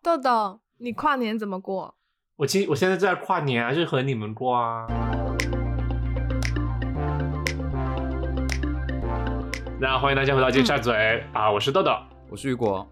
豆豆，你跨年怎么过？我今我现在在跨年啊，就和你们过啊。那欢迎大家回到金沙嘴、啊，我是豆豆我是雨果，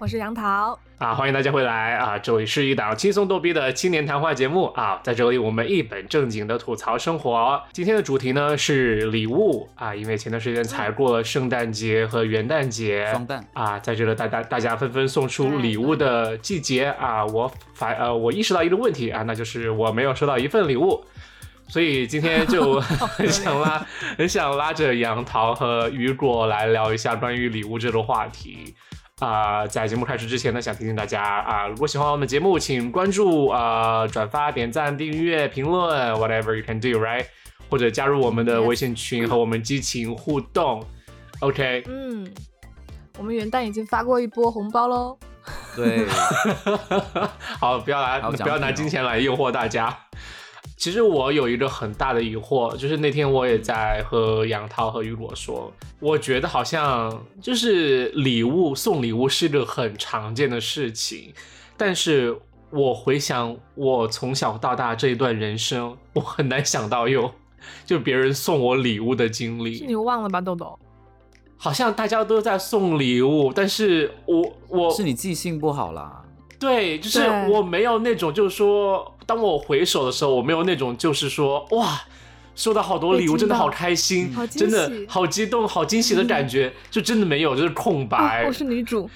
我是杨桃，啊，欢迎大家回来啊！这里是一档轻松逗逼的青年谈话节目啊，在这里我们一本正经的吐槽生活。今天的主题呢是礼物啊，因为前段时间才过了圣诞节和元旦节，双蛋，啊，在这个大大大家纷纷送出礼物的季节啊，我反呃我意识到一个问题啊，那就是我没有收到一份礼物，所以今天就很想拉很想拉着杨桃和雨果来聊一下关于礼物这个话题。啊、在节目开始之前呢，想提醒大家啊、如果喜欢我们节目，请关注啊、转发、点赞、订阅、评论，whatever you can do，right？或者加入我们的 Yes 微信群和我们激情互动。OK，嗯，我们元旦已经发过一波红包喽，哎 对，好，不要拿好不讲要拿品哦金钱来诱惑大家。其实我有一个很大的疑惑，就是那天我也在和杨涛和雨果说，我觉得好像就是礼物送礼物是一个很常见的事情，但是我回想我从小到大这一段人生，我很难想到有 就别人送我礼物的经历。是你忘了吧，豆豆？好像大家都在送礼物，但是我我是你记性不好啦。对，就是对我没有那种，就是说，当我回首的时候，我没有那种，就是说，哇，收到好多被礼物，惊真的到好开心，嗯好惊真的喜嗯好激动，好惊喜的感觉，就真的没有，就是空白。啊我是女主，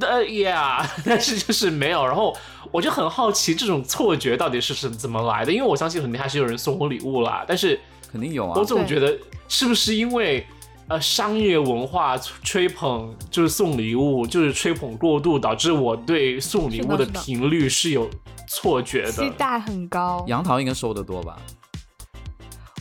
呃，yeah，但 是就是没有。然后我就很好奇，这种错觉到底是是怎么来的？因为我相信肯定还是有人送我礼物啦，但是肯定有啊我，总对觉得是不是因为呃商业文化吹捧，就是送礼物，就是吹捧过度，导致我对送礼物的是的是的频率是有错觉期的。待很高。杨桃应该收的 多吧？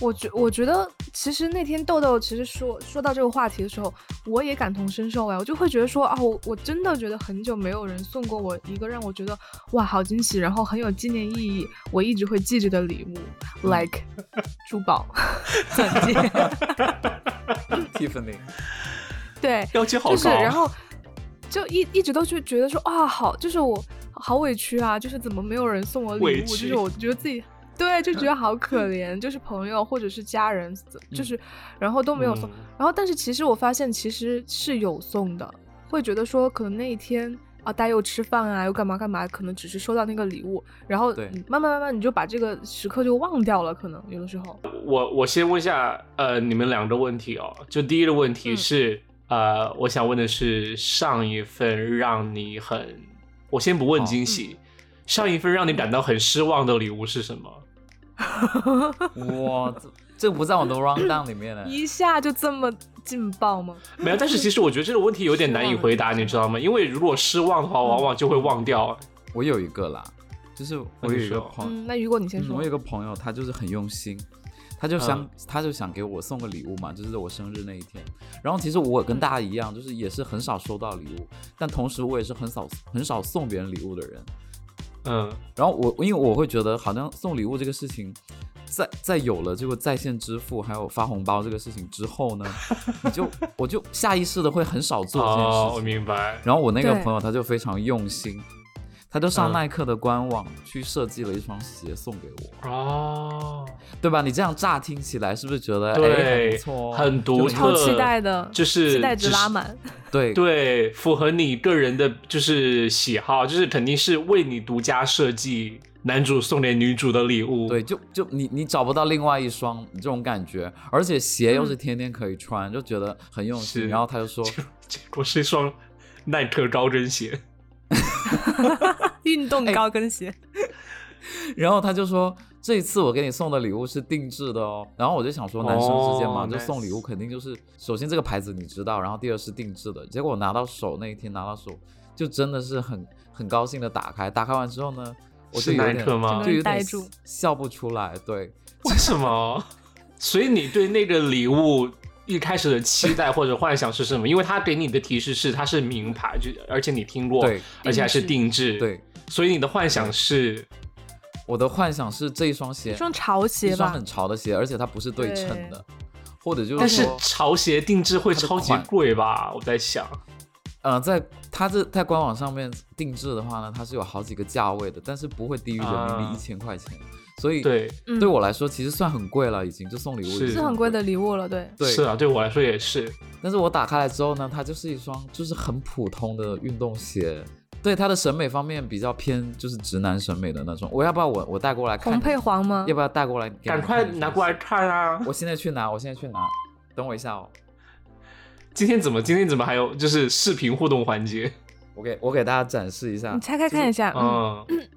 我觉我觉得，其实那天豆豆其实说说到这个话题的时候，我也感同身受哎，我就会觉得说啊，我我真的觉得很久没有人送过我一个让我觉得哇好惊喜，然后很有纪念意义，我一直会记着的礼物，like 珠宝、钻戒， 蒂芬妮，对，要求好高，啊就是然后就一一直都去觉得说啊好，就是我好委屈啊，就是怎么没有人送我礼委物，就屈嗯是我觉得自己。对，就觉得好可怜，就是朋友或者是家人，就是，然后都没有送。嗯然后，但是其实我发现其实是有送的，会觉得说可能那一天啊，大家又吃饭啊，又干嘛干嘛，可能只是收到那个礼物，然后对你慢慢慢慢你就把这个时刻就忘掉了，可能有的时候。我我先问一下，呃，你们两个问题哦。就第一个问题嗯是，呃，我想问的是上一份让你很，我先不问哦惊嗯喜，上一份让你感到很失望的礼物是什么？哇，这这不在我的 round down 里面呢。一下就这么劲爆吗？没有，但是其实我觉得这个问题有点难以回答，你知道吗？因为如果失望的话，往往就会忘掉。我有一个啦，就是我有那一你个说朋嗯，那雨果你先嗯说。我有个朋友，他就是很用心，他就想、嗯他就想给我送个礼物嘛，就是我生日那一天。然后其实我跟大家一样，就是也是很少收到礼物，但同时我也是很少很少送别人礼物的人。嗯，然后我因为我会觉得好像送礼物这个事情，在在有了这个在线支付还有发红包这个事情之后 呢，你就我就下意识的会很少做这件事哦，情。我明白。然后我那个对朋友他就非常用心，他就上嗯耐克的官网去设计了一双鞋送给我，哦，对吧？你这样乍听起来是不是觉得哎对很不错哦，很独就超特期待的，就是期待值只是拉满。对对，符合你个人的就是喜好，就是肯定是为你独家设计男主送给女主的礼物。对，，就就你你找不到另外一双这种感觉，而且鞋又是嗯天天可以穿，就觉得很用是心。然后他就说，结 果是一双耐克高跟鞋。运动高跟鞋，然后他就说这一次我给你送的礼物是定制的哦。然后我就想说男生之间嘛，哦就送礼物 nice 肯定就是首先这个牌子你知道，然后第二是定制的。结果我拿到手那一天拿到手，就真的是很很高兴的打开，打开完之后呢，我是就有耐点克吗就有整个人呆点住笑不出来，对。 为什么？所以你对那个礼物一开始的期待或者幻想是什么？因为他给你的提示是它是名牌，就而且你听过，对而且还是定制，对，所以你的幻想是我的幻想是这一双鞋一，双潮一鞋双吧很，潮的鞋，而且它不是对称对的，或者就但是说潮鞋定制会超级贵吧？我在想，呃，在它这在官网上面定制的话呢，它是有好几个价位的，但是不会低于人民啊币一千块钱，所以对，嗯对我来说其实算很贵了，已经就送礼物已是经是很贵的。礼物了，对，对，是啊，对我来说也是。但是我打开来之后呢，它就是一双就是很普通的运动鞋，对它的审美方面比较偏就是直男审美的那种。我要不要我我带过来看？红配黄吗要？不要带过来？赶快拿过来！看啊！我现在去拿，我现在去拿，等我一下哦。今天怎么今天怎么还有就是视频互动环节？我给我给大家展示一下你，拆开看一下，嗯，嗯，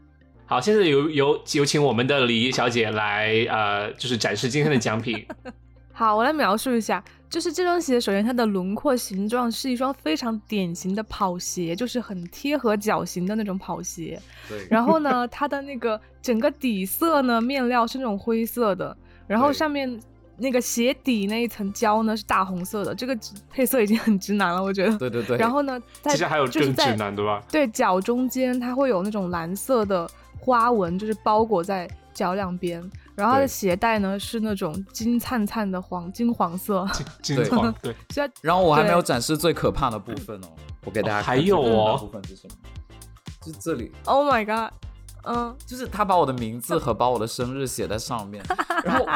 好，现在有有有请我们的礼仪小姐来呃，就是展示今天的奖品。好，我来描述一下，就是这双鞋，首先它的轮廓形状是一双非常典型的跑鞋，就是很贴合脚型的那种跑鞋。对，然后 呢，它的那个整个底色呢，面料是那种灰色的，然后对上面那个鞋底那一层胶呢是大红色的，这个配色已经很直男了，我觉得。对对对，然后呢，在其实还有就是更直在男 对吧？对脚中间它会有那种蓝色的花纹，就是包裹在脚两边。然后它的对鞋带呢是那种金灿灿的黄金黄色，金对黄对，虽然然后我还没有对展示最可怕的部分哦，我给大家哦看还有哦嗯最可怕的部分是什么？就这里， Oh my god，嗯，就是他把我的名字和把我的生日写在 上面，然后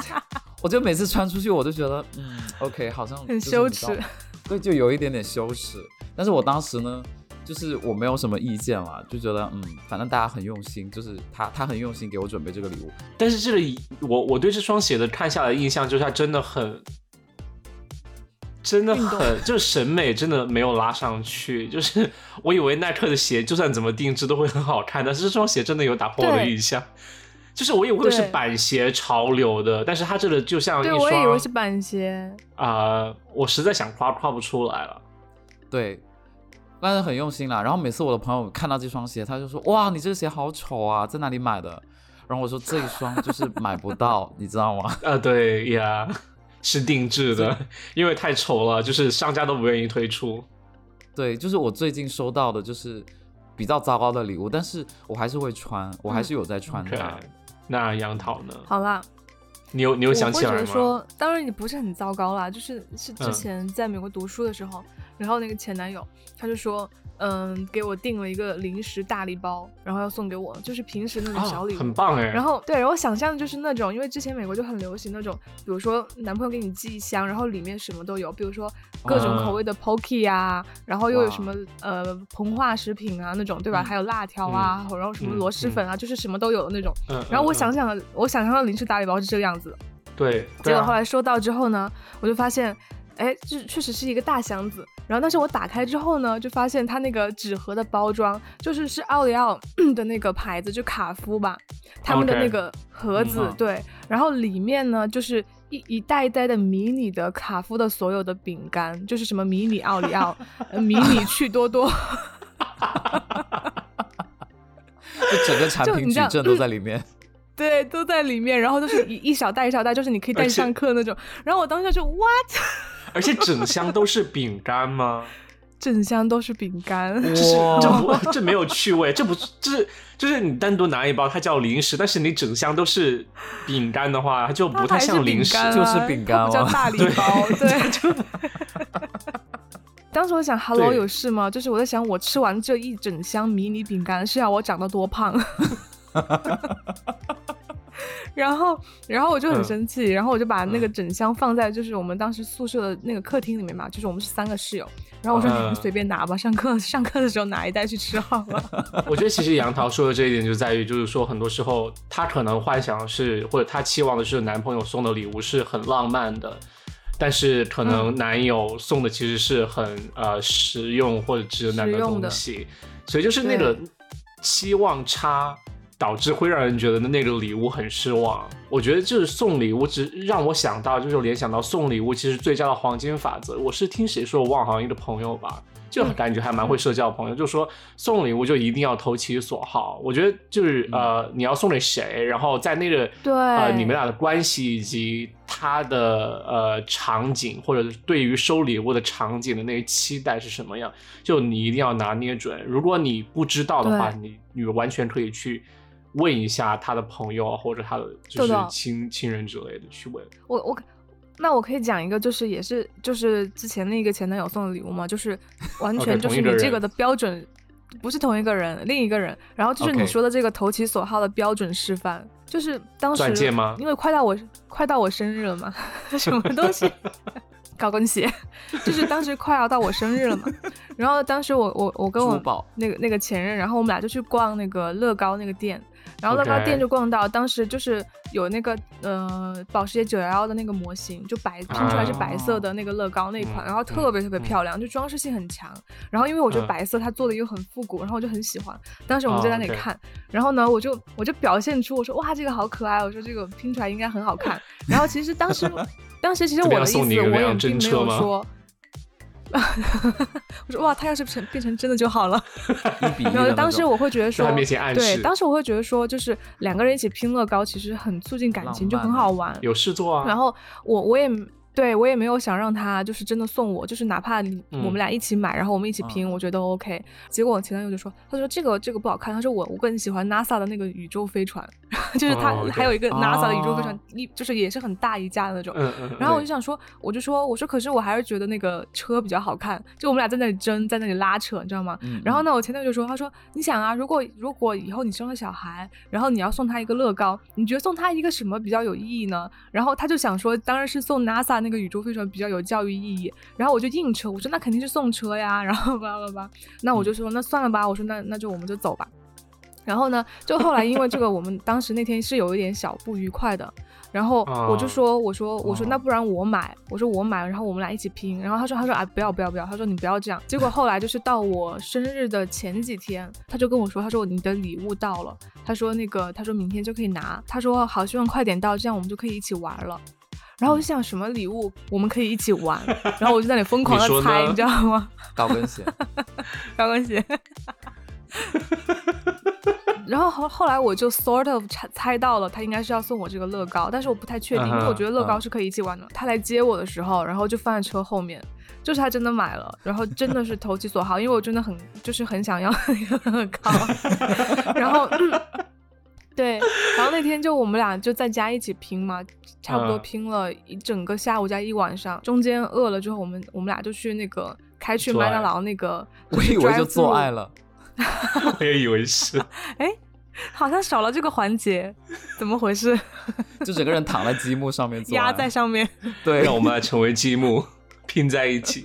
我就每次穿出去，我就觉得，嗯，OK，好像很就是羞你知道耻，对，就有一点点羞耻。但是我当时呢，就是我没有什么意见啦，就觉得，嗯，反正大家很用心，就是他他很用心给我准备这个礼物，但是这里我我对这双鞋的看下来的印象就是它真的很，真的运动很，就是审美真的没有拉上去。就是我以为耐克的鞋就算怎么定制都会很好看，但是这双鞋真的有打破我的对印象。就是我以为是对板鞋潮流的，但是它这个就像一对我也以为双是板鞋，啊、我实在想夸夸不出来了。对，但是很用心啦。然后每次我的朋友看到这双鞋，他就说：“哇，你这个鞋好丑啊，在哪里买的？”然后我说：“这一双就是买不到，你知道吗 啊，对呀， 是定制的，因为太丑了，就是商家都不愿意推出。？”对，就是我最近收到的，就是比较糟糕的礼物，但是我还是会穿，我还是有在穿嗯啊 OK，它。那杨桃呢？好啦，你有你有我想会起觉来得吗？说，当然你不是很糟糕啦，就是是之嗯前在美国读书的时候，然后那个前男友他就说，嗯，给我订了一个零食大礼包，然后要送给我，就是平时那种嗯小礼物，很棒哎。然后对，我想象的就是那种，因为之前美国就很流行那种，比如说男朋友给你寄一箱，然后里面什么都有，比如说各种口味嗯的 pocky 啊，然后又有什么呃膨化食品啊那种，对吧？嗯还有辣条啊，然后什么嗯螺蛳粉啊，就是什么都有的那种。嗯，然后我嗯想，想的，我想象的零食打礼包是这个样子，嗯对，结对果啊后来收到之后呢，我就发现，哎，这确实是一个大箱子。然后，但是我打开之后呢，就发现它那个纸盒的包装，就是是奥利奥 的那个牌子，就卡夫吧，他们的 OK 那个盒子嗯对。然后里面呢，就是一一袋一袋的迷你的卡夫的所有的饼干，就是什么迷你奥利 奥、呃迷你趣多多， 就整个产就品你嗯矩这样阵都在里面。对，都在里面。然后都是一一小袋一小袋，就是你可以带而去且上课那种。然后我当下就 what，而且整箱都是饼 干吗？整箱都是饼干。这是这哇，不 这没有趣味，这不是这是就是你单独拿一包，它叫零食，但是你整箱都是饼干的话，它就不它太还是像零饼食。干、啊，就是饼干它不叫哦大礼包， 对。 当时我想，Hello，对有事吗？就是我在想，我吃完这一整箱迷你饼干是要我长到多胖？ 然后，然后我就很生嗯气，然后我就把那个整箱放在就是我们当时宿舍的那个客厅里面嘛，就是我们是三个室友。然后我说：“嗯你们随便拿吧，上课上课的时候拿一袋去吃好了。我觉得其实杨桃说的这一点就在于，就是说很多时候她可能幻想是或者她期望的是男朋友送的礼物是很浪漫的，但是可嗯能男友送的其实是很、呃实用或者直男的实用的东西，所以就是那个期望差。导致会让人觉得那个礼物很失望。我觉得就是送礼物，只让我想到就是联想到送礼物，其实最佳的黄金法则。我是听谁说，我忘了好像一个朋友吧，就嗯感觉还蛮会社交的朋友，就说送礼物就一定要投其所好。我觉得就是呃，你要送给谁，然后在那个嗯对呃你们俩的关系以及他的呃场景，或者是对于收礼物的场景的那个期待是什么样，就你一定要拿捏准。如果你不知道的话，对你你完全可以去。问一下他的朋友或者他的就豆是豆亲亲人之类的去问，我我那我可以讲一个，就是也是就是之前那个前男友送的礼物嘛，就是完 OK，全就同是一个你这人个的标准，不是同一个人，另一个人。然后就是你 OK 说的这个投其所好的标准示范，就是当时钻戒吗因为快到我快到我生日了嘛， 什么东西？ 高跟鞋，就是当时快要到我生日了嘛，然后当时我我我跟珠我宝那个那个前任，然后我们俩就去逛那个乐高那个店，然后乐高 OK 店就逛到当时就是有那个呃保时捷九幺幺的那个模型，就白拼出来是白色的那个乐高那一款，嗯然后特别特别漂亮，就装饰性很强。然后因为我觉得嗯白色它做的又很复古，然后我就很喜欢。当时我们就在那里哦，OK 看，然后呢我就我就表现出我说哇这个好可爱，我说这个拼出来应该很好看。然后其实当 时当时其实这我不的要意思送我你一也个并没辆有真车吗说。 我说哇，他要是成变成真的就好了。一比一的没那有，种。当时我会觉得在说他，面前暗对，示当时我会觉得说，就是两个人一起拼乐高，其实很促进感情，浪漫就很好玩。啊有事做然啊，后我我也对我也没有想让他就是真的送我，就是哪怕你嗯我们俩一起买，然后我们一起拼，我觉得 OK。结果我前男友就说，他说这个这个不好看，他说我我更喜欢 NASA 的那个宇宙飞船， 就是他、哦，OK 还有一个 NASA 的宇宙飞船，哦一就是也是很大一架的那种。嗯嗯，然后我对就想说，我就说，我说可是我还是觉得那个车比较好看，就我们俩在那里争，在那里拉扯，你知道吗？嗯，然后嗯呢，我前男友就说，他说你想啊，如果如果以后你生了小孩，然后你要送他一个乐高，你觉得送他一个什么比较有意义呢？然后他就想说，当然是送 NASA 那个宇宙飞船比较有教育意义。然后我就硬扯，我说那肯定是送车呀，然后叭叭叭，那我就嗯说那算了吧，我说那那就我们就走吧。然后呢，就后来因为这个，我们当时那天是有一点小不愉快的。然后我就啊说，我说，我说，哦那不然我买，我说我买，然后我们俩一起拼。然后他说，他说，啊，不要不要不要，他说你不要这样。结果后来就是到我生日的前几天，他就跟我说，他说你的礼物到了，他说那个，他说明天就可以拿，他说好，希望快点到，这样我们就可以一起玩了。然后我就想，什么礼物我们可以一起 玩？然后我就在那里疯狂你说的猜，呢你知道吗？嗯高 跟鞋，高跟鞋。 然后后后来我就 sort of 猜猜到了，他应该是要送我这个乐高，但是我不太确定，嗯哼因为我觉得乐高是可以一起玩的。他来接我的时候，然后就放在车后面，就是他真的买了，然后真的是投其所好，因为我真的很就是很想要 那个乐高， 然后。嗯对，然后那天就我们俩就在家一起拼嘛，差不多嗯拼了一整个下午加一晚上，中间饿了之后，我们我们俩就去那个开去做麦爱当劳那个， 我以为 drive-thru 就做爱了。 我也以为是，好像少了这个环节，怎么回 事？就整个人躺在积木上面做爱，压在上面。 对 让，我们来成为积木，拼在一起。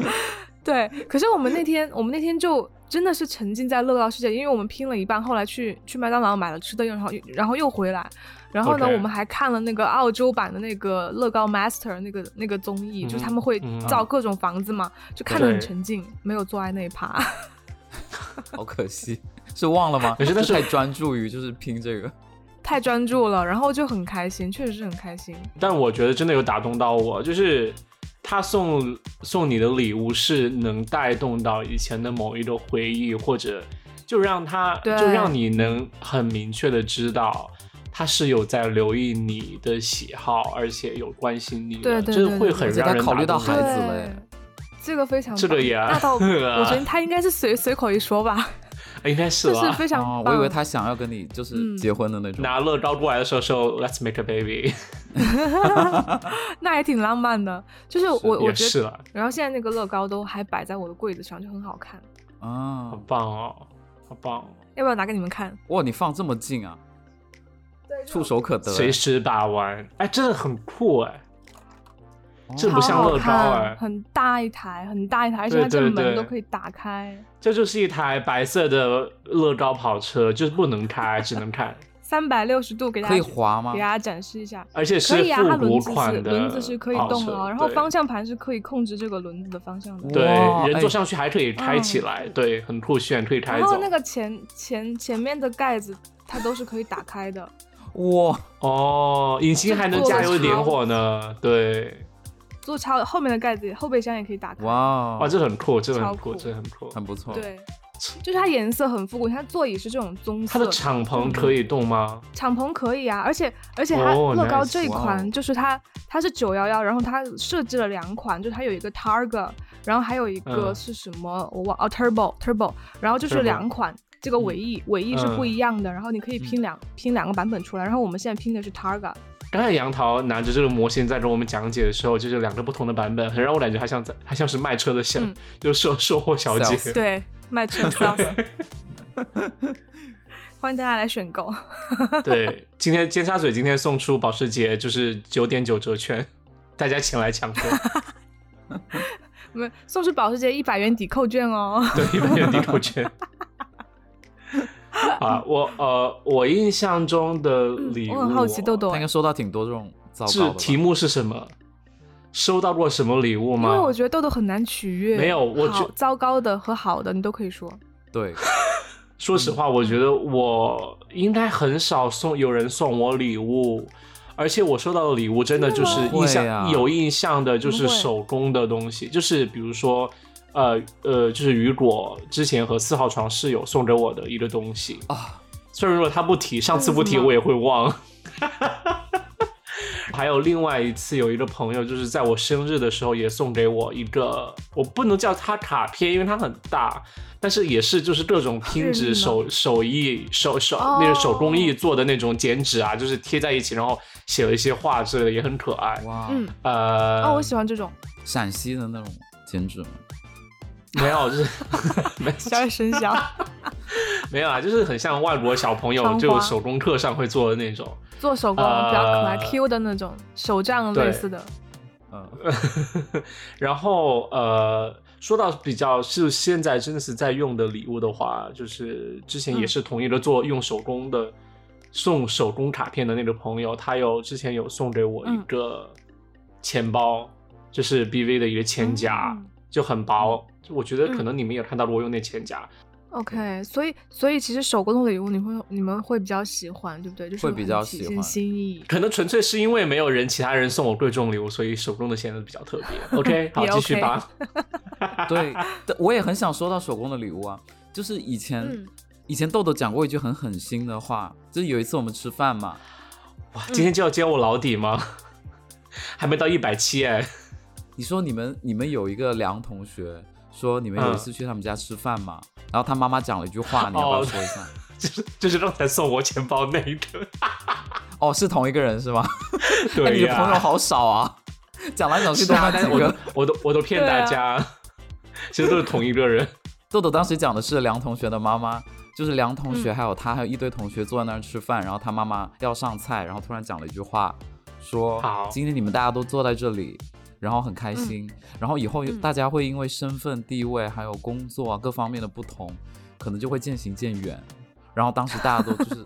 对，可是我们那天，我们那天就真的是沉浸在乐高世界，因为我们拼了一半，后来去去麦当劳买了吃的，然后然后又回来，然后呢 OK 我们还看了那个澳洲版的那个乐高 Master 那个那个综艺，嗯就是他们会嗯造各种房子嘛，就看得对很沉浸，没有做爱那一趴。 好可惜，是忘了吗？可是但是就太专注于就是拼这个，太专注了，然后就很开心，确实是很开心。 但我觉得真的有打动到我，就是他送送你的礼物是能带动到以前的某一种回忆，或者就让他对就让你能很明确的知道。他是有在留意你的喜好，而且有关心你的，对对这对会对很而且让他人考虑打到动孩人子对嘞。这个非常这个棒也啊大 到我觉得他应该是随随口一说吧，哎应该是这是吧？非常哦，棒。我以为他想要跟你就是嗯结婚的那种。拿乐高过来的时候说 “Let's make a baby”，那也挺浪漫的。就是我我也觉是得，了，然后现在那个乐高都还摆在我的柜子上，就很好看。好啊，棒哦，好棒哦、要不要拿给你们看？哇，你放这么近啊，对触手可得。哎随时把玩，哎，真的很酷哎。哦这不像乐高哎很大一台，很大一台，而且对它这对门对都可以打开，这就是一台白色的乐高跑车，就是不能开，只能看，三百六十度给大哦可家以滑吗给大？家展示一下。而且是可以啊，它复古轮子款是的轮子是可以跑动车的啊，然后对方向盘是可以控制这个轮子的方向的。对哇人哎坐上去还可以开起来，对，很酷炫，可以开哎嗯然走后。那个前前前面的盖子，它都是可以打开的。哇，哦，引擎还能就加做油得点超火呢，对，座超后面的盖子，后备箱也可以打开。哇哦哇，这很酷，这很超酷，酷这很酷。很不错。对，就是它颜色很复古，它座椅是这种棕它色的敞篷可以动吗？敞篷可以啊，而且而且它哦乐高 nice，这一哇款哦就是它它是九幺幺，然后它设置了两款，就是它有一个 Targa，然后还有一个嗯是什么我忘哦 Turbo Turbo，然后就是 Turbo 两款。这个尾翼尾翼是嗯不一样的，然后你可以拼两拼两个版本出来。然后我们现在拼的是 Targa，刚才杨桃拿着这个模型在跟我们讲解的时候，就是两个不同的版本，很让我感觉她像在，她像是卖车的小，嗯就是售售货小姐。 Sales 对，卖车 sales，欢迎大家来选购。 对，今天尖沙咀今天送出保时捷就是九点九折券， 大家前来 抢购。我们送出保时捷一百元抵扣券哦。对，一般有抵扣券。 啊，我呃，我印象中的礼嗯物，哦我很好奇豆豆他应该收到挺多这种糟糕是的吧题目是什么？收到过什么礼物因吗？为我觉得豆豆很难取悦，没有我好觉糟糕的和好的你都可以说，对，说嗯实话，我觉得我应该很少送有人送我礼物，而且我收到的礼物真的就是真的吗印象、会啊有印象的，就怎是么会手工的东西，就是比如说，呃呃，就是雨果之前和四号床室友送给我的一个东西啊。 虽然如果他不提，上次不提真的吗我也会忘。 还有另外一次，有一个朋友就是在我生日的时候也送给我一个，我不能叫它卡片，因为它很大，但是也是就是各种拼日历纸吗手手艺手手哦那个手工艺做的那种剪纸啊，就是贴在一起，然后写了一些画之类的，也很可爱。哇，嗯，呃，啊，我喜欢这种，陕西的那种剪纸吗，没有，就是 没有小野生 香，没有啊，就是很像外国小朋友窗就花手工课上会做的那种。做手工比较可爱呃，Q 的那种手杖类似的， 嗯，然后呃，说到比较是现在真的是在用的礼物的话，就是之前也嗯是同一个做用手工的、送手工卡片的那个朋友，他有之前有送给我一嗯个钱包，就是 BV 的一个钱夹，嗯就很薄。就我觉得可嗯能你们也看到过我用那钱夹， OK，所以所以其实手工的礼物你会你们会比较喜欢，对不对？就是会比较很体喜现欢心意。可能纯粹是因为没有人其他人送我贵重礼物，所以手工的显得比较特 别。OK，好，也继续 OK 吧。对，但我也很想收到手工的礼物啊。就是以前、嗯以前豆豆讲过一句很狠心的话，就是有一次我们吃饭嘛，哇，今天就要揭我老底吗？ 还没到一百七哎。你说你们你们有一个梁同学说你们有一次去他们家吃饭嘛，然后他妈妈讲了一句 话，你要不要说一哦下？就是 就是刚才送我钱包那一个，哦是同一个人是吗？哎对 你的呀、朋友好少啊，讲来讲去都是啊那但几是我个。都 我都我都骗大家，啊 其实都是同一个人。豆豆当时讲的是梁同学的妈妈，就是梁同嗯学还有他还有一堆同学坐在那儿吃饭，然后他妈妈要上菜，然后突然讲了一句话，说好今天你们大家都坐在这里。然后很开心，然后以后嗯大家会因为身份地位还有工作啊各方面的不同，可能就会渐行渐远。然后当时大家都 就是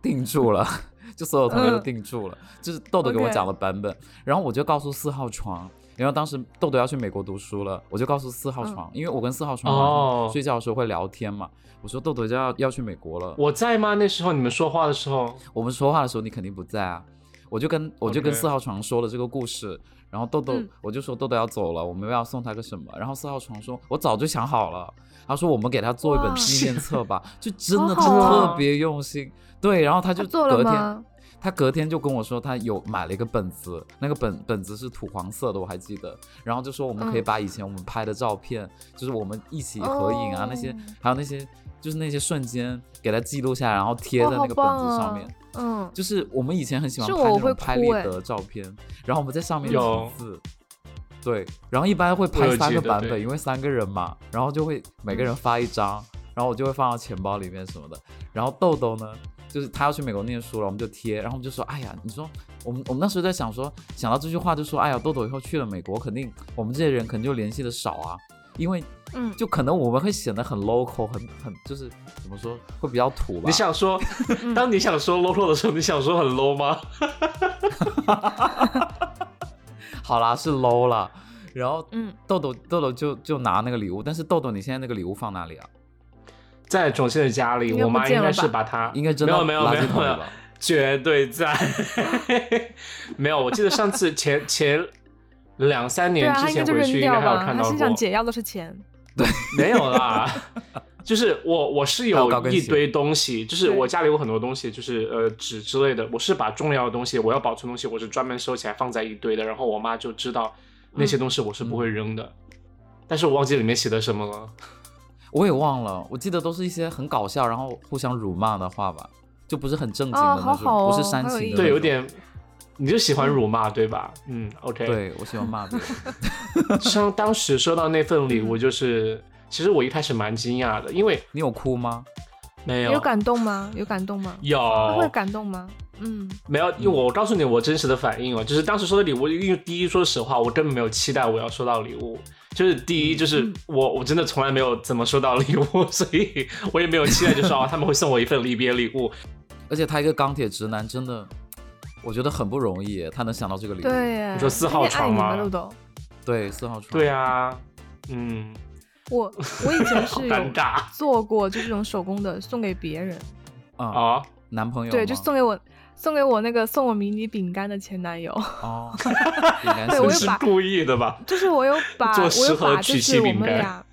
定住了，就所有同学都嗯定住了，就是豆豆给我 OK 讲的版本。然后我就告诉四号床，因为当时豆豆要去美国读书了，我就告诉四号嗯床，因为我跟四号床晚哦上睡觉的时候会聊天嘛，我说豆豆就要要去美国了，我我在吗？那时候你们说话的时候，们说话的时候你肯定不在啊，我就跟我就跟 OK 四号床说了这个故事，然后豆豆、嗯我就说豆豆要走了，我们要送他个什么，然后四号床说我早就想好了，他说我们给他做一本哇纪念册吧，就真的好好啊特别用心，对，然后他就他啊做了隔天吗？他隔天就跟我说，他有买了一个本子，那个本本子是土黄色的，我还记得。然后就说我们可以嗯把以前我们拍的照片，就是我们一起合影啊，哦那些还有那些就是那些瞬间，给他记录下来，然后贴哇在好那个本棒子上啊面。嗯，就是我们以前很喜欢这拍我那会哭种拍立欸得照片，然后我们在上面有写字。对，然后一般会我拍有三记个得版对本，因为三个人嘛，然后就会每个人发一张，然后我就会放到钱包里面什么的。然后豆豆呢，就是他要去美国念书了，我们就贴，然后我们就说，哎呀，你说我们我们那时候在想说，想到这句话就说，哎呀，豆豆以后去了美国，肯定我们这些人肯定就联系的少啊，因为嗯就可能我们会显得很 local，很很就是怎么说，会比较土吧。你想说，嗯当你想说 low 的时候，你想说很 low 吗？好啦，是 low 了。然后嗯，豆豆豆豆就就拿那个礼物，但是豆豆你现在那个礼物放哪里啊？在种现的家里，应该我妈不应见了该是吧把它应该真没的有没有垃没圾有桶没里有吧？ 绝对在， 没有。我记得上次前前两三对年啊，他之应该前就回扔去，应掉该还有吧，看他到身过。上解药都是钱。 没有啦，就是我我是还有有高跟一鞋堆东西，就是对我家里有很多东西，就是呃纸之类的，我是把重要的东西，我要保存的东西，我是专门收起来放在一堆的，然后我妈就知道那些东西我是不会扔的，嗯但是我忘记里面写的什么了。我也忘了，我记得都是一些很搞笑，然后互相辱骂的话吧，就不是很正经的啊那种，好好哦不是煽情的还有那种。对，有点你就喜欢辱骂对吧？嗯，OK。，对我喜欢骂别人，像当时收到那份礼物，就是其实我一开始蛮惊讶的，因为你有哭吗？没有有感动吗？有感动吗？有会感动吗？嗯，没有，因为我告诉你我真实的反应哦，就是当时收到礼物，因为第一，说实话，我根本没有期待我要收到礼物，就是第一，嗯就是我我真的从来没有怎么收到礼物， 所以我也没有期待，就是哦他们会送我一份离别礼 物，而且他一个钢铁直男，真的，我觉得很不容易耶，他能想到这个礼物。对耶。你说四号有点爱床你吗吗，豆豆？对，四号床。对啊，嗯，我我以前 好是尴有尬做过就这种手工的，送给别人。啊、啊，男朋友对，就吗送给我送给我那个送我迷你饼干的前男友， 哦，饼干对是我不有是把故意的吧？就是我有把 做我食有盒把就曲奇是我饼们干俩，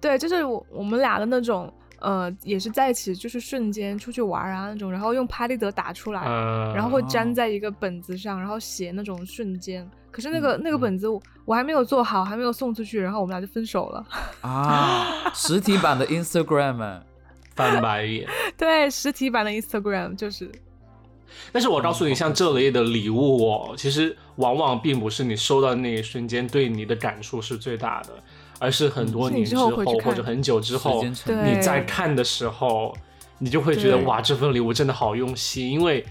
对，就是我我们俩的那种。呃，也是在一起，就是瞬间出去玩儿啊那种，然后用拍立得打出来，嗯，然后会哦粘在一个本子上，然后写那种瞬间。可是那个、嗯那个嗯本子我我还没有做好，还没有送出去，然后我们俩就分手了。 啊，实体版的 Instagram，哎 翻白眼。对，实体版的 Instagram 就是但是我告诉你，像这类的礼物哦，其实往往并不是你收到那一瞬间对你的感触是最大的，而是很多年之嗯后是你之后回去看或者很久之时后，间成对你再看的时候，你就会觉得对哇，这份礼物真的好用心，因为。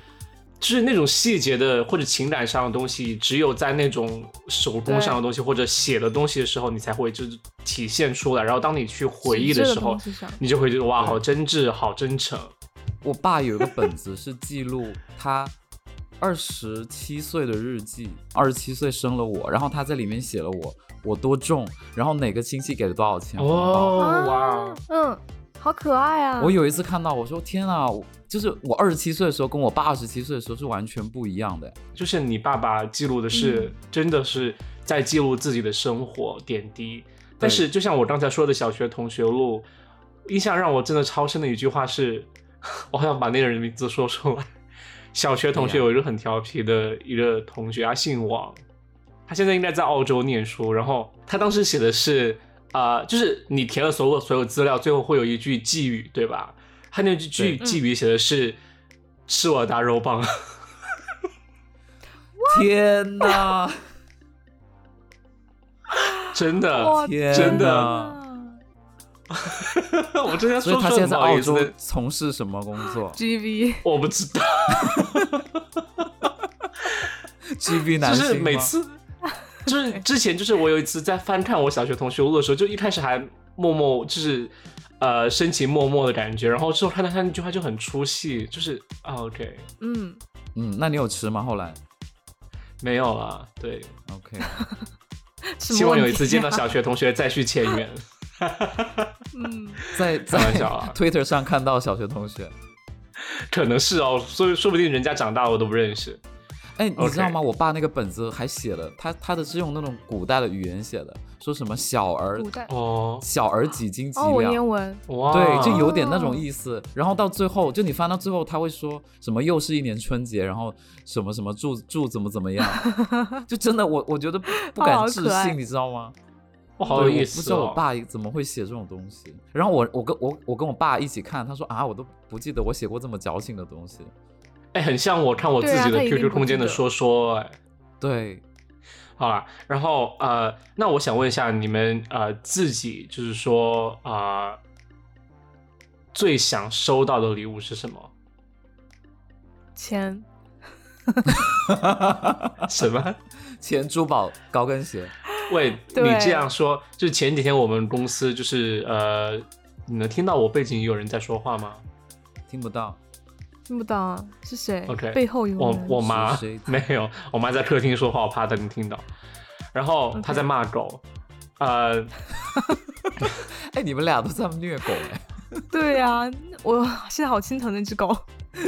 就是那种细节的或者情感上的东西，只有在那种手工上的东西或者写的东西的时候，你才会就是体现出来。然后当你去回忆纸质的的时候东，西上你就会觉得哇，对好真挚，好真诚。我爸有一个本子是记录他二十七岁的日记，二十七岁生了我，然后他在里面写了我我多重，然后哪个亲戚给了多少钱红包。哦啊哇，嗯，好可爱啊！我有一次看到，我说天啊，我就是我二十七岁的时候跟我爸二十七岁的时候是完全不一样的。就是你爸爸记录的是，真的是在记录自己的生活点滴。但是就像我刚才说的，小学同学录，印象让我真的超深的一句话是， 我好想把那个人名字说出来。小学同学哎呀有一个很调皮的一个同学，他姓王，他现在应该在澳洲念书。然后他当时写的是，呃，就是你填了所有所有资料，最后会有一句寄语，对吧？他那句句对寄语写的是“吃我大肉棒”。 天哪！ 真的，哇天真的呐 我之前所以说他出现来在在不好澳意思洲的，从事什么工作 GB 我不知道， ？GB 就男性是吗 每次，就是之前就是我有一次在翻看我小学同学录的时候，就一开始还默默就是呃深情脉脉的感觉，然后之后看到他那句话就很出戏，就是啊 OK 嗯，嗯，那你有吃吗？后来没有了，对， OK，什么希望有问一次题见啊到小学同学再续前缘， 嗯，在在玩笑啊 Twitter 上看到小学同学，可能是哦，所以说不定人家长大了我都不认识，哎，你知 OK 道吗？我爸那个本子还写了，他他的是用那种古代的语言写的，说什么小儿古代哦小儿几斤几哦，文两，言文，哇，对，就有有点那种意思。然后到最后，就你翻到最后，他会说什么又是一年春节，然后什么什么祝祝怎么怎 么样，就真的我我觉得不不哦敢好置可爱信，你知道吗？哇 好有对我意不知思道我哦，爸怎么会写这种东西。然后我我跟我我跟我爸一起看，他说啊，我都不记得我写过这么矫情的东西。哎，很像我看我自对啊己的他一定 QQ 不空记间的得说说，哎。对， 好啦，然后呃，那我想问一下你们呃自己就是说啊、呃最想收到的礼物是什么？钱什么？钱珠宝高跟鞋， 喂，对你这样说，就是前几天我们公司就是呃，你能听到我背景有人在说话吗？听不到。听不到啊，是谁 OK，背后有我人我妈是谁没有，我妈在客厅说话，我怕她能听到，然后 OK 她在骂狗。呃，哎，你们俩都在虐狗哎， 对呀、我现在好心疼那 只狗。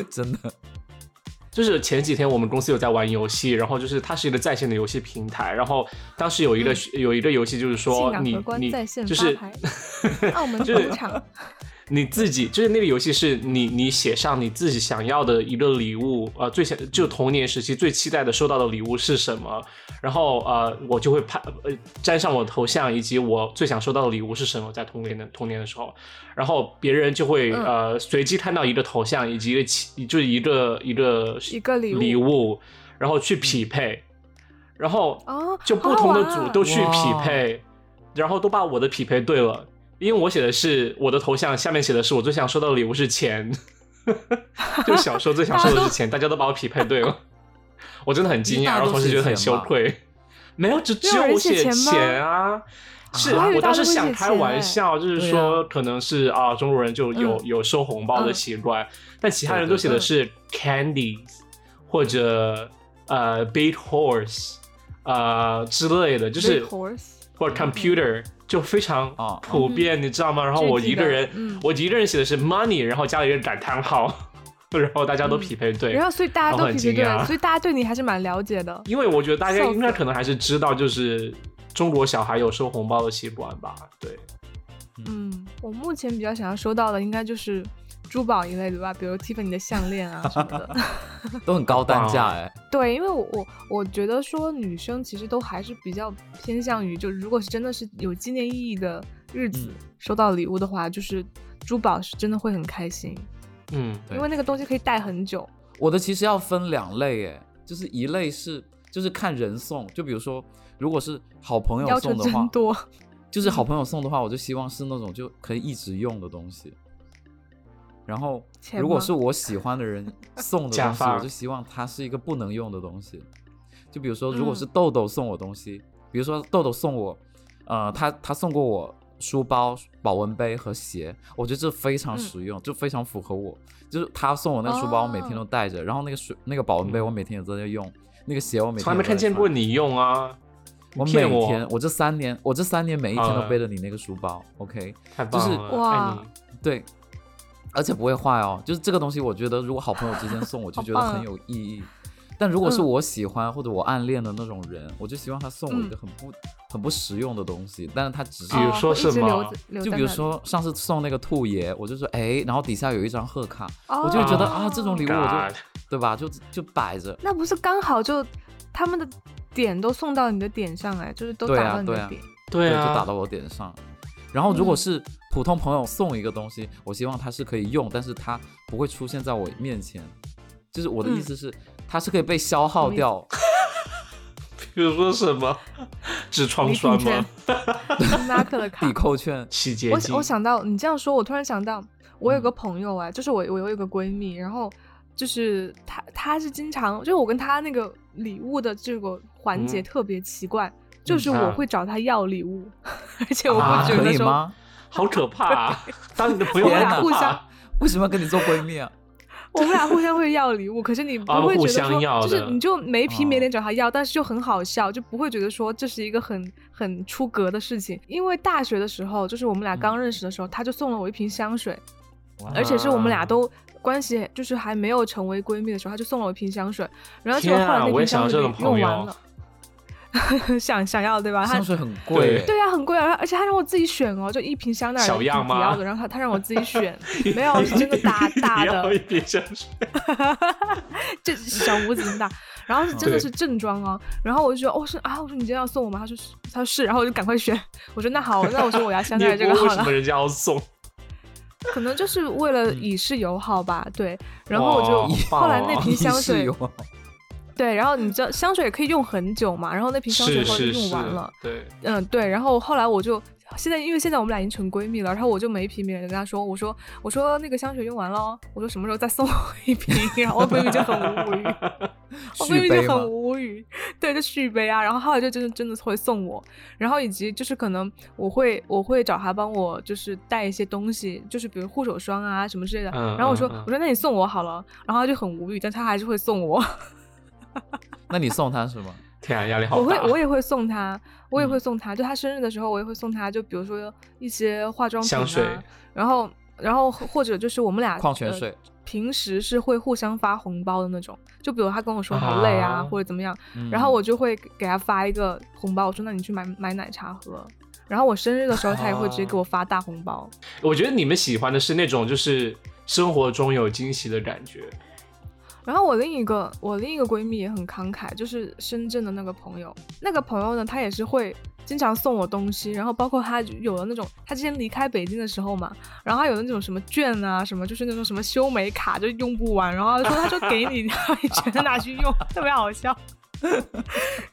真的。就是前几天我们公司有在玩游戏，然后就是它是一个在线的游戏平台，然后当时有一个、嗯有一个游戏就是进说港你荷官你在线就发是牌， 澳门就是赌场。你自己就是那个游戏是你你写上你自己想要的一个礼物，呃，最想就童年时期最期待的收到的礼物是什么，然后呃我就会拍呃粘上我的头像以及我最想收到的礼物是什么，在童年的童年的时候，然后别人就会、嗯呃随机看到一个头像以及一个其就是一个一个一个礼物礼物，然后去匹配，然后嗯哦就不同的好好玩组啊都去匹哇配，然后都把我的匹配对了，因为我写的是我的头像，下面写的是我最想收到的礼物是钱， 就小时候最想收的 是钱，大家都把我匹配对了，我真的很惊你讶，大家然后都同时写觉得很钱羞吧愧，没有，只只有有人我写写钱吗钱啊。是我还以为我当大家时都会想写开钱玩哎笑，就是对啊说可能是啊，中国人就有有收红包的嗯习惯，但其他人对都对写对的是 candies 或者呃 bait horse 呃之类的，就 Big 是 horse 嗯或者 computer 就非常哦普遍，你知道吗？然后我这记一个得人嗯，我一个人写的是 money，然后加了一个感叹号， 然后大家都嗯匹配对然。后所以大家我都很匹配惊对了，讶所以大家对你还是蛮了解的。因为我觉得大家笑应该死可能还是知道，就是中国小孩有收红包的习惯吧？对，嗯，我目前比较想要收到的应该就是珠宝一类的吧，比如 Tiffany 的项链啊什么的。都很高单价哇哎，对，因为我我我觉得说女生其实都还是比较偏向于，就如果是真的是有纪念意义的日子、嗯收到礼物的话，就是珠宝是真的会很开心，嗯，对因为那个东西可以戴很久。我的其实要分两类，哎，就是一类是就是看人送，就比如说如果是好朋要友求送的真话，多，就是嗯好朋友送的话，我就希望是那种就可以一直用的东西。然后钱如果吗是我喜欢 的人送的假东西，发我就希望它是一个不能用的东西。就比如说，如果嗯是豆豆送我东西，比如说豆豆送我，呃，他他送过我书包、保温杯和鞋，我觉得这非常嗯实用，就非常符合我。就是他送我那个书包，我每天哦嗯都带着，然后那个水、那个保温杯，我每天也都在用，那个鞋我每天从来也没都看在见穿过你用啊，我每骗我天，我这三年，我这三年每一天啊都背着你那个书包、o k 太棒了，哎就是哇爱你对，而且不会坏哦。就是这个东西，我觉得如果好朋友之间送，我就 觉得棒啊很有意义。但如果是嗯我喜欢或者我暗恋的那种人，我就希望他送我一嗯个很不、很不实用的东西，但是他只是比如哦说会一什直么留着留就在比如那里说上次送那个兔爷，我就说哎，然后底下有一张贺卡，我就哦觉得啊这种礼物我就 God 对吧，就就摆着，那不是刚好就他们的点都送到你的点上哎，就是都对打啊到你对的啊点。对就打啊，到我点上。然后如果嗯是普通朋友送一个东西，我希望它是可以用，但是它不会出现在我面前。就是我的意嗯思是，它是可以被消耗什么意思掉。比如说什么痔疮礼栓品券吗？，星巴克的卡抵。扣券洗洁我精想我想到你这样说，我突然想到，我有嗯个朋友啊，就是我我有一个闺蜜，然后就是她她是经常，就是我跟她那个礼物的这个环节嗯特别奇怪，就是啊我会找她要礼物， 而且 我啊会觉嗯可得以说，吗？好可怕 啊！当你的朋友啊我们很俩可互怕相为什么要跟你做闺蜜啊？我们俩互相会要礼物，可是你不啊会互觉相得要说，就是的啊你就没皮没哦脸找他要，但是就很好笑，就不会觉得说这是一个很很出格的事情。因为大学的时候，就是我们俩嗯刚认识的时候，他就送了我一瓶香水，而且是我们俩都。关系就是还没有成为闺蜜的时候，他就送了我一瓶香水，然后结果天后来那啊我也瓶香想要水这被种用朋友完了，想想要对吧？他香水很贵 欸，对呀、很贵啊，而且他让我自己选哦，就一瓶香奈儿小的样自己吗要的，然后他他让我自己 选，没有是真的大大你要的一瓶香水，这小拇指这么大，然后是真的嗯对是正装哦，然后我就觉得，哦是啊，我说你今天要送我吗？他说是，他说是，然后我就赶快选，我说那好，那我说我 要香你奈也儿不这个问为好什么了，人家要送，可能就是为了嗯以示友好吧，对， 然后我哇就好后来棒那哦瓶香意识水，有 对，然后你知道香水也可以用很久嘛，然后那瓶香水是后来就是用是完了，，对，嗯，对，然后后来我就现在，因为现在我们俩已经成闺蜜了，然后我就没皮没脸地跟她说，我说我说那个香水用完了哦，我说什么时候再送我一瓶，然后我闺蜜就很无语，我闺续蜜杯就吗很？无语，对，就续杯啊，然后后来就真的真的会送我，然后以及就是可能我会我会找她帮我就是带一些东西，就是比如护手霜啊什么之类的，嗯然后我嗯说、嗯我说那你送我好了，然后她就很无语，但她还是会送我。那你送他什么？天啊，压力好我会大。我也会送他，我也会嗯送他，就他生日的时候，我也会送他，就比如说一些化妆品、啊、香水然后然后或者就是我们俩矿泉呃水平时是会互相发红包的那种，就比如他跟我说好累啊啊或者怎么样，嗯然后我就会给他发一个红包，我说那你去买买奶茶喝。然后我生日的时候，他也会直啊接给我发大红包。我觉得你们喜欢的是那种就是生活中有惊喜的感觉，然后我另一个我另一个闺蜜也很慷慨，就是深圳的那个朋友，那个朋友呢，她也是会经常送我东西，然后包括她有了那种，她之前离开北京的时候嘛，然后她有那种什么券啊，什么就是那种什么修眉卡就用不完，然后 她说她说给你，然后你全拿去用，特别好笑。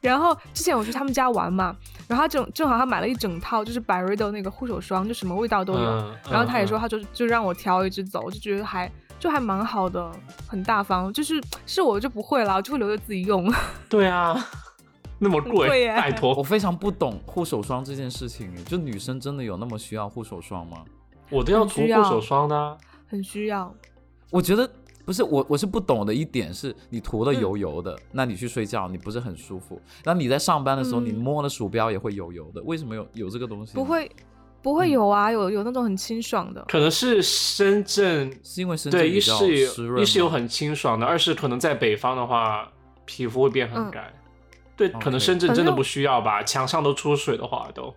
然后之前我去他们家玩嘛，然后他正正好他买了一整套，就是百瑞的那个护手霜，就什么味道都有。嗯然后他也嗯说，嗯他就就让我挑一支走，就觉得还就还蛮好的，很大方。就是是我就不会啦，我就会留着自己用。 对啊， 那么很贵贵，耶拜我托，非常不懂护手霜这件事情，就女生真的有那么需要护手霜吗？我都要很涂需护要手霜的啊。很需要，我觉得不是我，我是不懂的一点是，你涂了油油嗯的，那你去睡觉你不是很舒服？那你在上班的时候，嗯你摸了鼠标也会油油的，为什么有有这个东西？不，会不嗯会有啊，有有那种很清爽 的。可能是深圳，是因为深圳对，比一较是湿有润一是有吗很清爽的，二是可能在北方的话，皮肤会变很嗯干。对，可能 OK 深圳反真的正不需要吧，墙上都出水的话都。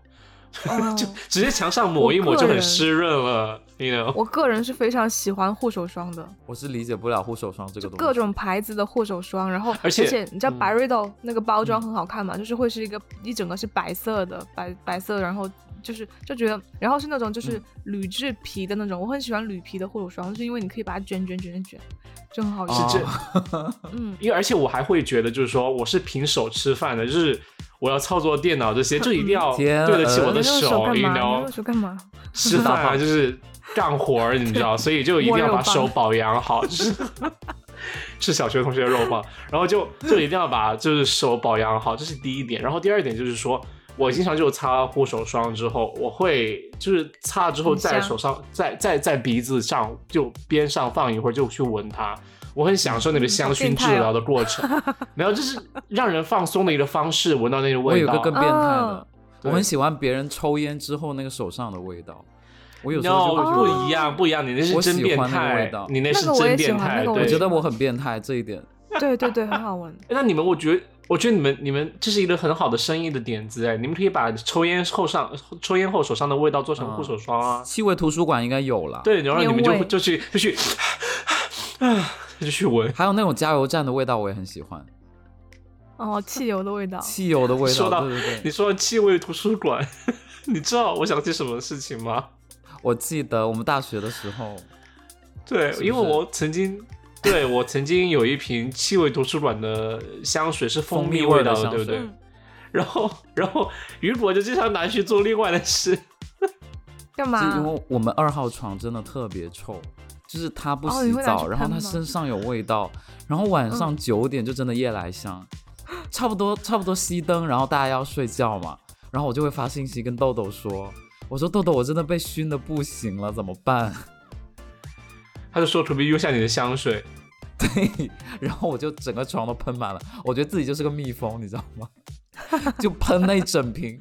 哦，直接墙上抹一抹我个就很人湿润了，you know。我个人是非常喜欢护手霜的，我是理解不了护手霜这个就东西。各种牌子的护手霜，然后而且你知道嗯白瑞豆那个包装很好看嘛，就是会是一个一整个是白色的，白白色，然后就是就觉得，然后是那种就是嗯铝制皮的那种，我很喜欢铝皮的护手霜，就是因为你可以把它卷卷卷卷卷，就很好用。哦是这嗯，因为而且我还会觉得，就是说我是凭手吃饭的，就是我要操作电脑这些，就一定要天啊对得起我你的用手干，you 嘛？嗯你 know 用。手干嘛？吃饭啊，就是干活儿，你知道，所以就一定要把手保养好， 就是是小学同学的肉棒，然后就就一定要把就是手保养好，这是第一点。然后第二点就是说，我经常就擦护手霜之后，我会就是擦了之后很香在手上，在在在鼻子上就边上放一会儿，就去闻它。我很享受那个嗯香薰好变治态哦疗的过程， 然后就是让人放松的一个方式，闻到那个我味有道。个更变态的哦，我对很喜欢别人抽烟之后那个手上的味道。我有时候 no 哦就会觉得不一样，不一样，你那是我真喜变欢那个态味道，你那是那个我真也喜变欢态。那个我对，哎我也觉喜得欢我很变态这一点。对对对，很好闻。那你们，我觉得，我觉得你们，你们这是一个很好的生意的点子哎，你们可以把抽烟后上、抽烟后手上的味道做成护手霜啊。气味图书馆应该有啦。，对，然后你们就烟味就去就去，啊，就去闻。还有那种加油站的味道，我也很喜欢，哦，汽油的味道。汽油的味说道。到对对你对，说气味图书馆， 你知道我想起什么事情吗？我记得我们大学的时候，对，是不因为是我曾经。对，我曾经有一瓶气味图书馆的香水是蜂蜂蜜蜜味味的道香对不水对？嗯，然后，然后雨果就经常拿去做另外的事。干是因嘛？为我们二号床真的特别臭，就是他不哦洗你会拿澡，去然后喷吗嗯他身上有味道，然后晚上九点就真的夜来香，差不多差不多熄灯，然后大家要睡觉嘛，然后我就会发信息跟豆豆说，我说豆豆我真的被熏的不行了，怎么办？ 他就说：“可不可以用下你的香水？”然后我就整个床都喷满了，我觉得自己就是个蜜蜂，你知道吗？ 就喷那一整瓶，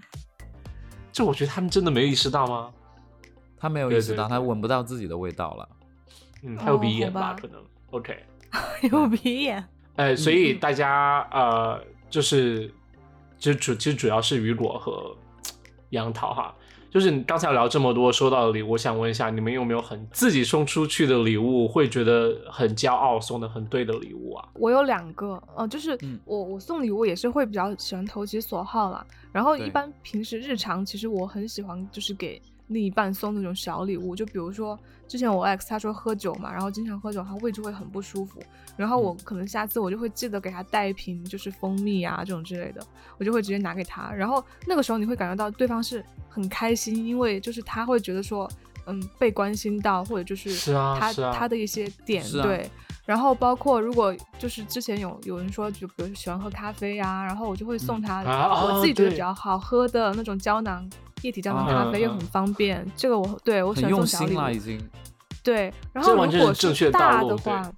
这我觉得他们真的没意识到吗？他没有意对识对到，他对闻不到自己的味道了。嗯，他有哦鼻炎好吧，吧可能。OK， 有鼻炎。呃，所以嗯大家呃，就是就主其实主要是雨果和杨桃哈。就是你刚才聊这么多，说到的礼物，我想问一下，你们有没有很自己送出去的礼物，会觉得很骄傲，送的很对的礼物啊？我有两个，呃，就是嗯我我送礼物也是会比较喜欢投其所好啦。然后对一般平时日常，其实我很喜欢就是给另一半送那种小礼物，就比如说之前我 ex 他说喝酒嘛，然后经常喝酒，他胃就会很不舒服。然后我可能下次我就会记得给他带一瓶就是蜂蜜啊这种之类的，我就会直接拿给他。然后那个时候你会感觉到对方是很开心，因为就是他会觉得说，嗯，被关心到，或者就是是啊他是啊他的一些点是啊对。然后包括如果就是之前有有人说，就比如喜欢喝咖啡呀、然后我就会送他、啊我哦自己觉得对比较好喝的那种胶囊液体胶囊啊咖啡，又嗯很嗯方便。这个我对我喜很欢用送小心礼啦，已物。经。对，然这后完如全是果正确是的道大路的对话，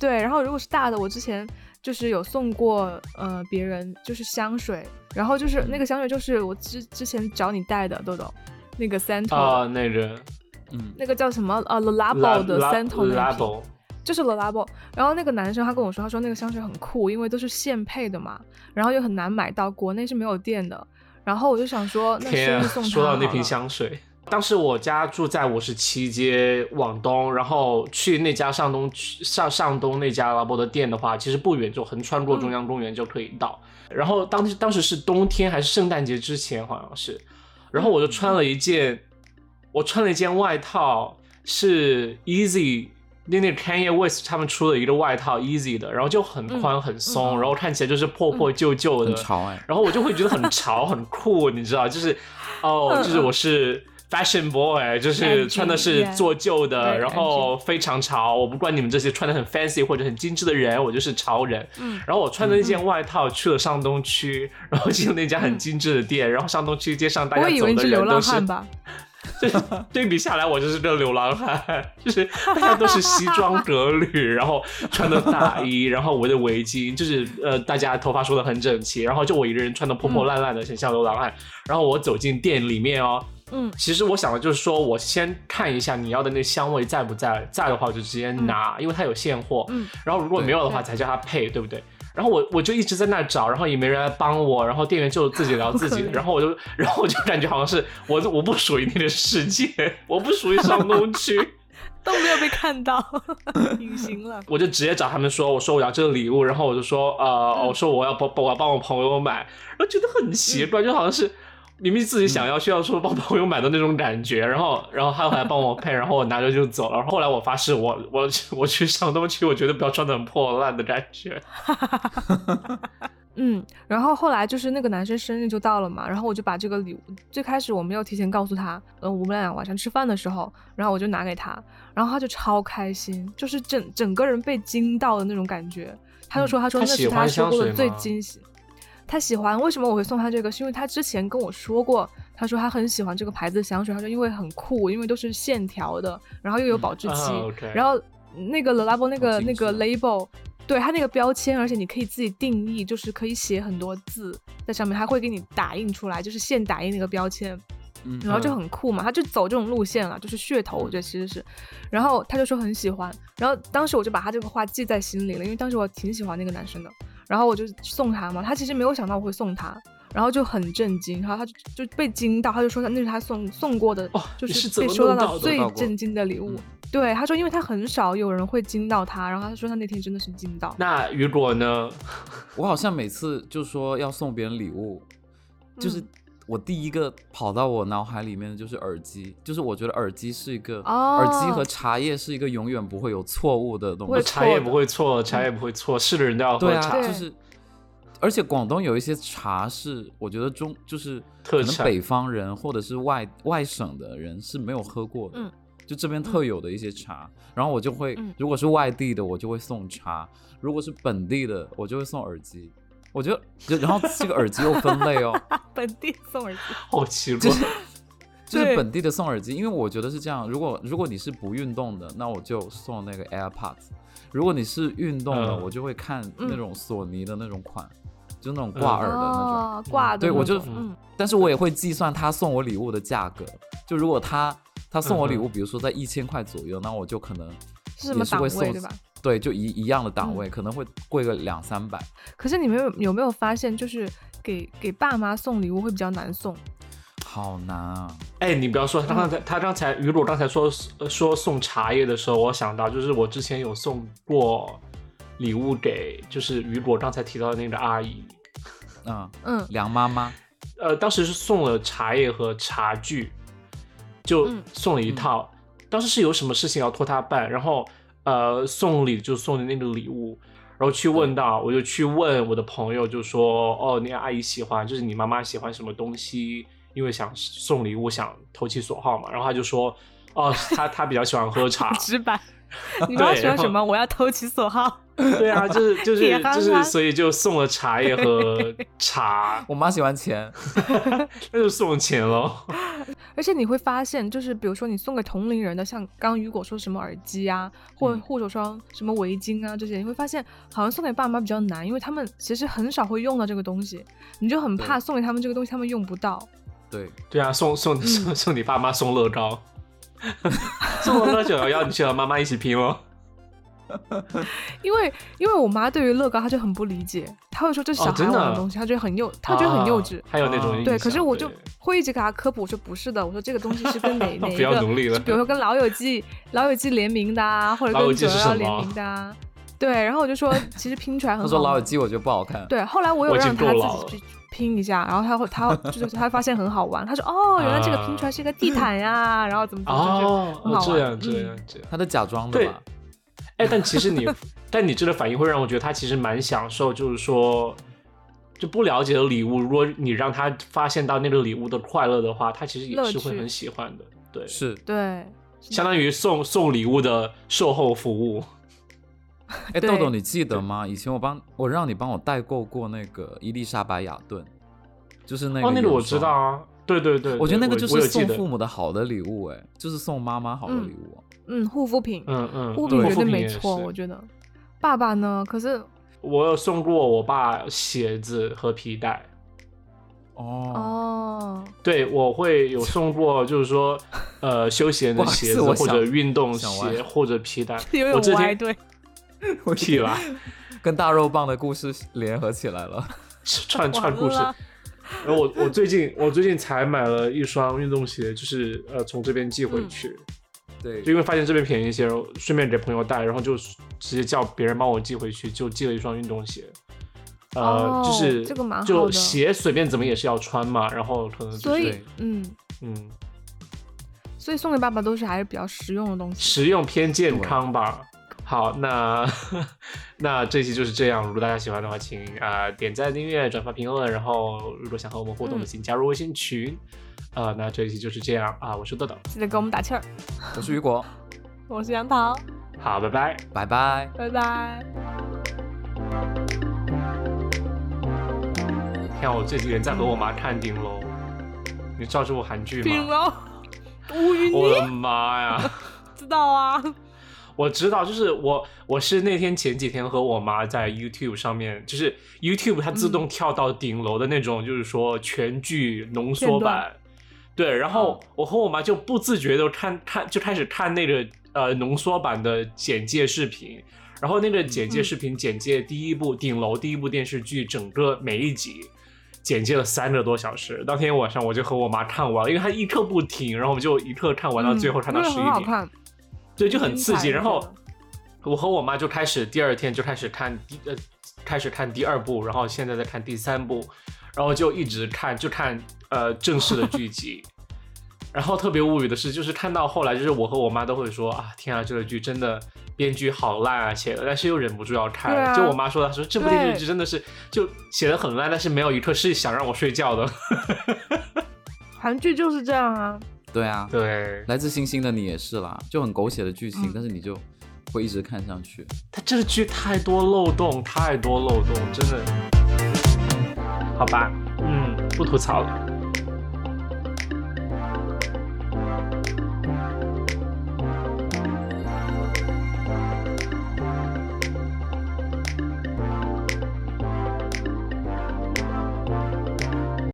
对，然后如果是大的，我之前就是有送过呃别人就是香水，然后就是那个嗯香水就是我之之前找你带的豆豆，那个三桶、啊、那个嗯，那个叫什么呃 a Labo 的三桶那个瓶 label，就是 Lolabo。然后那个男生他跟我说，他说那个香水很酷，因为都是现配的嘛，然后又很难买到，国内是没有店的。然后我就想说，那天生啊日送他说到好那瓶了香水，当时我家住在五十七街往东，然后去那家上东去上上东那家拉波的店的话，其实不远，就横穿过嗯中央公园就可以到。然后当时当时是冬天还是圣诞节之前，好像是，然后我就穿了一件，我穿了一件外套，是 Easy 那那 Kanye West 他们出的一个外套 Easy 的，然后就很嗯宽很松，然后看起来就是破破旧旧的很，潮哎、然后我就会觉得很 潮很酷，你知道，就是嗯哦，就是我是 fashion boy，就是穿的是 Andrew，yeah 做旧的，对然后非常潮。我不管你们这些穿的很 fancy 或者很精致的人，我就是潮人。嗯然后我穿的那件外套去了上东区， 然后进了那家很精致的店，然后上东区街上大家嗯我以走为你的是流人浪都是汉吧？就是对比下来，我就是个流浪汉，就是大家都是西装革履，然后穿的大衣，然后围着围巾，就是呃，大家头发梳的很整齐，然后就我一个人穿的破破烂烂的，很像流浪汉。然后我走进店里面哦，嗯其实我想的就是说，我先看一下你要的那香味在不在，在的话我就直接拿，因为它有现货。嗯，然后如果没有的话才叫他配，对不对？然后我我就一直在那找，然后也没人来帮我，然后店员就自己聊自己的，然后我就 然后我就感觉好像是我我不属于那个世界， 我不属于上东区。都没有被看 到，隐形了。我就直接找他们说，我说我要这个礼物，然后我就说，呃，嗯我说我要帮我要帮我朋友买，然后觉得很奇怪，就好像是明明自己想要，需要说帮朋友买的那种感觉，然后然后他还帮我配，然后我拿着就走了。然后后来我发誓我，我我去上东区，我绝对不要穿的很破烂的感觉。嗯，然后后来就是那个男生生日就到了嘛，然后我就把这个礼物，最开始我没有提前告诉他，呃，我们俩晚上吃饭的时候，然后我就拿给他，然后他就超开心，就是整整个人被惊到的那种感觉。他就说，他说嗯他那喜是他欢收香过水的最吗惊喜。他喜欢，为什么我会送他这个？是因为他之前跟我说过，他说他很喜欢这个牌子的香水，他说因为很酷，因为都是线条的，然后又有保质期，啊，OK 然后那个 l a b o 那个好精那致啊个 label，对它那个标签，而且你可以自己定义，就是可以写很多字在上面，它会给你打印出来，就是现打印那个标签，嗯然后就很酷嘛，他就走这种路线了，就是噱头，我觉得其实是，然后他就说很喜欢，然后当时我就把他这个话记在心里了，因为当时我挺喜欢那个男生的，然后我就送他嘛，他其实没有想到我会送他。然后就很震惊，然后他就就被惊到，他就说他那是他送送过的，哦就你是是怎被么收弄到到的最到过震惊的礼物。嗯对，他说因为他很少有人会惊到他，然后他说他那天真的是惊到。那雨果呢？我好像每次就说要送别人礼物，就是嗯我第一个跑到我脑海里面的就是耳机，就是我觉得耳机是一个，哦耳机和茶叶是一个永远不会有错误的东不会西。错茶也的嗯不会错，茶也不会错，是的人都要喝对茶。啊，对就是，而且广东有一些茶是我觉得中就是特可能产北方人或者是外外省的人是没有喝过的。嗯就这边特有的一些茶，然后我就会嗯，如果是外地的，我就会送茶；如果是本地的，我就会送耳机。我觉得，就然后这个耳机又分类哦，本地送耳机，好奇 怪，就是对本地的送耳机，因为我觉得是这样。如果如果你是不运动的，那我就送那个 AirPods；如果你是运动的，嗯我就会看嗯那种索尼的那种款，就那种挂耳的那种。哦，挂的对那种。我就嗯但是我也会计算他送我礼物的价格。就如果他他送我礼嗯物，比如说在一千块左右，那我就可能是什么也是档会位送对吧？嗯对，就一一样的档位，可能会贵个两三百。可是你们有有没有发现，就是给给爸妈送礼物会比较难送？好难啊！哎，你不要说，他刚才他刚才雨果刚才说呃说送茶叶的时候，我想到就是我之前有送过礼物给就是雨果刚才提到的那个阿姨，嗯，嗯，梁妈妈，呃，当时是送了茶叶和茶具，就嗯，送了一套。当时是有什么事情要托他办，然后呃送礼就送的那个礼物，然后去问到，我就去问我的朋友，就说哦，那个阿姨喜欢，就是你妈妈喜欢什么东西，因为想送礼物，想投其所好嘛。然后他就说哦，她她比较喜欢喝啊茶 直 白。你妈喜欢什么？我要投其所好。对啊，就是就铁是憨就是，憨所以就送了茶叶和茶，我妈喜欢钱，那就送钱喽。而且你会发现，就是比如说你送给同龄人的，像刚刚雨果说什么耳机啊，或嗯护手霜、什么围巾啊这些，你会发现好像送给爸妈比较难，因为他们其实很少会用到这个东西，你就很怕对送给他们这个东西他们用不到。对，对啊，送送嗯送送你爸妈送乐高， 送乐高九幺幺，你去和妈妈一起拼哦。因为因为我妈对于乐高她就很不理解，他会说这是小哦孩真玩的的东西，他觉得很幼，他觉得很幼稚啊。还有那种啊印对，可象是我就会一直给他科普，我说不是的，我说这个东西是 跟哪哪一不要个努力了就比如说跟老友记、老友记联名的啊，或者老友跟记九是幺幺什么联名的啊。对，然后我就 说其实拼出来很他好。说老友。记我觉得不好看，对，后来我有我已经让他够老了自己去拼一下，然后他会他 就是他发现很好玩，他说哦，原来这个拼出来是一个地毯呀、然后怎么怎么就哦很，好这玩样这嗯样这样。他在假装的吧？哎，但其实你， 但你这个反应会让我觉得他其实蛮享受，就是说，就不了解的礼物，如果你让他发现到那个礼物的快乐的话，他其实也乐是会趣很喜欢的。对，是，对。相当于送送礼物的售后服务。哎，对豆豆你记得吗？以前我帮我让你帮我代购过那个伊丽莎白雅顿，就是那个哦，那个我眼知霜道啊，对对对，我觉得对那个就我是有记送得父母的好的礼物，哎，就是送妈妈好的嗯礼物。嗯，护肤品，嗯嗯，护肤对品绝护对肤没也错，是我觉得。爸爸呢？可是我有送过我爸鞋子和皮带，哦，哦，。对我会有送过，就是说，呃，休闲的不好意思鞋子我或想者运动想歪鞋或者皮带 有我这点歪，天对，屁啦，跟大肉棒的故事联合起来了。串完串故事。了然后我我最近我最近才买了一双运动鞋，就是呃从这边寄回嗯去，对就，因为发现这边便宜一些，然后顺便给朋友带，然后就直接叫别人帮我寄回去，就寄了一双运动鞋。呃，哦就是这个蛮好就的鞋随便怎么也是要穿嘛，然后可能就是所以对嗯，嗯所以送给爸爸都是还是比较实用的东西。实用偏健康吧。好，那 那这期就是这样。如果大家喜欢的话，请啊、呃点赞、订阅、转发、评论。然后，如果想和我们互动的，嗯请加入微信群。啊、那这一期就是这样啊、我是豆豆，记得给我们打气儿。我是雨果，我是杨桃，好，拜拜。 拜拜。拜拜。看我这几人在和我妈看顶楼，你知道这部韩剧饼吗？喽，无语 我你的妈呀！知道啊？我知道，就是我，我是那天前几天和我妈在 YouTube 上面，就是 YouTube 它自动跳到顶楼的那种，就是说全剧浓缩片版段。嗯对，然后我和我妈就不自觉的看看，就开始看那个呃浓缩版的简介视频，然后那个简介视频简介第一部《顶楼》第一部电视剧整个每一集，简介了三个多小时。当天晚上我就和我妈看完了，因为它一刻不停，然后我们就一刻看完到最后看到嗯十一因为很好点，看，对，就很刺激。精彩然后我觉得我和我妈就开始第二天就开始看第呃开始看第二部，然后现在在看第三部，然后就一直看就看呃正式的 剧集。然后特别无语的是，就是看到后来，就是我和我妈都会说啊，天啊，这个剧真的编剧好烂啊，写的，但是又忍不住要看。对啊就我妈说，她说这部电视对剧真的是就写的很烂，但是没有一刻是想让我睡觉的。 韩剧就是这样啊。对啊，对，来自星星的你也是啦，就很狗血的剧情，嗯但是你就会一直看上去。它这个剧太多漏洞，太多漏洞，真的。好吧，嗯，不吐槽了。